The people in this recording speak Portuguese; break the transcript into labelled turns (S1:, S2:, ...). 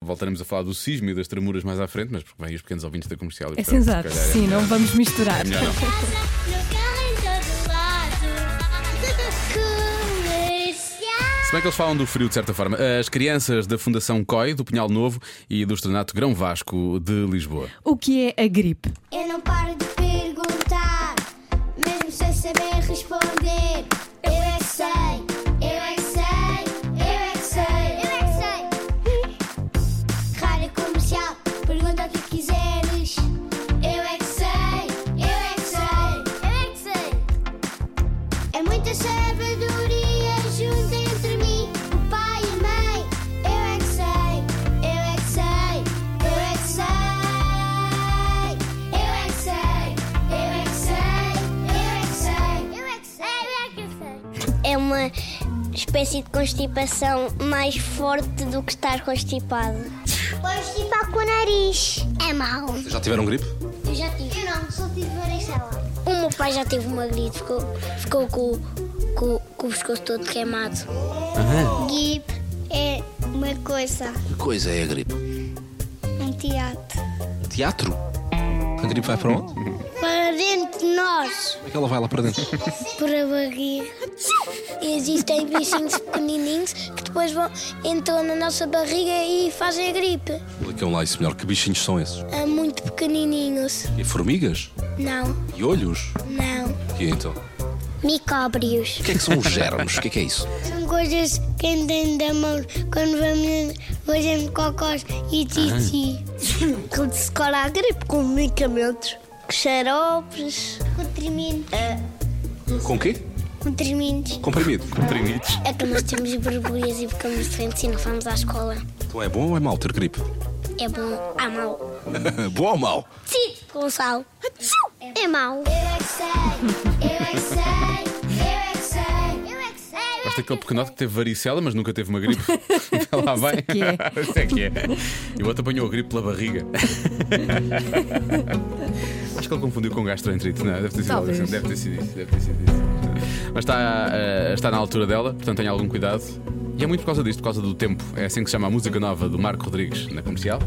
S1: Voltaremos a falar do sismo e das tremuras mais à frente, mas porque vêm os pequenos ouvintes da comercial. e,
S2: É
S1: portanto, se
S2: sensato.
S1: calhar é
S2: Sim,
S1: melhor-
S2: não vamos misturar.
S1: É melhor não.
S3: No carro em todo lado. Comercial.
S1: Se bem que eles falam do frio de certa forma. As crianças da Fundação COI, do Pinhal Novo e do Estrenato Grão Vasco de Lisboa.
S2: O que é a gripe?
S3: Eu não paro de perguntar, mesmo sem saber responder. Eu é que sei, eu é que sei, eu é que sei, eu é que sei. Rádio comercial, pergunta o que quiseres. Eu é que sei, eu é que sei, eu é que sei. É muita sabedoria junta entre mim, o pai e a mãe. Eu é que sei, eu é que sei, eu é que sei. Eu é que sei, eu é que sei, eu é que sei, eu é que sei. É uma espécie de constipação mais forte do que estar constipado. Constipar com o nariz. É mau.
S1: Já tiveram gripe?
S3: Eu já tive. Eu não, só tive varicela. O meu pai já teve uma gripe, ficou, ficou com, com, com o pescoço todo queimado. Gripe é uma coisa,
S4: Que coisa é a gripe?
S3: um teatro.
S4: Teatro? A gripe vai para onde? Como
S3: Para dentro de nós.
S4: é que ela vai lá para dentro?
S3: por a barriga. Existem bichinhos pequenininhos que depois vão, entram na nossa barriga e fazem a gripe.
S4: Expliquem lá isso melhor. é Que bichinhos são esses?
S3: Há muito pequenininhos.
S4: E formigas?
S3: Não,
S4: E olhos?
S3: não.
S4: E então?
S3: Micóbrios.
S4: O que é que são os germes? O que é que é isso?
S3: São coisas que entendem da mão quando vamos fazendo cocós e titi. Que se cora a gripe com medicamentos. Xaropes. Comprimidos.
S4: Com o quê?
S3: Comprimidos.
S4: Comprimido.
S3: É que nós temos borbulhas e ficamos doentes e não vamos à escola.
S4: Então é bom ou é mau ter gripe?
S3: É bom, há mal.
S4: bom ou mau?
S3: Sim, com sal. É mau. Eu é que sei, eu é que sei, eu é que sei, eu é que sei. eu
S1: Este
S3: é
S1: é
S3: que
S1: aquele pequenote que teve varicela, mas nunca teve uma gripe. Vai lá vai.
S2: que é.
S1: Isso é que é. E o outro apanhou a gripe pela barriga. Acho que ele confundiu com gastroenterite, não? é? Deve ter sido algo
S2: Talvez.
S1: assim. Deve ter sido isso. Deve ter sido isso. Mas está, eh, está na altura dela, portanto tenha algum cuidado. E é muito por causa disto, por causa do tempo. É assim que se chama a música nova do Marco Rodrigues na comercial.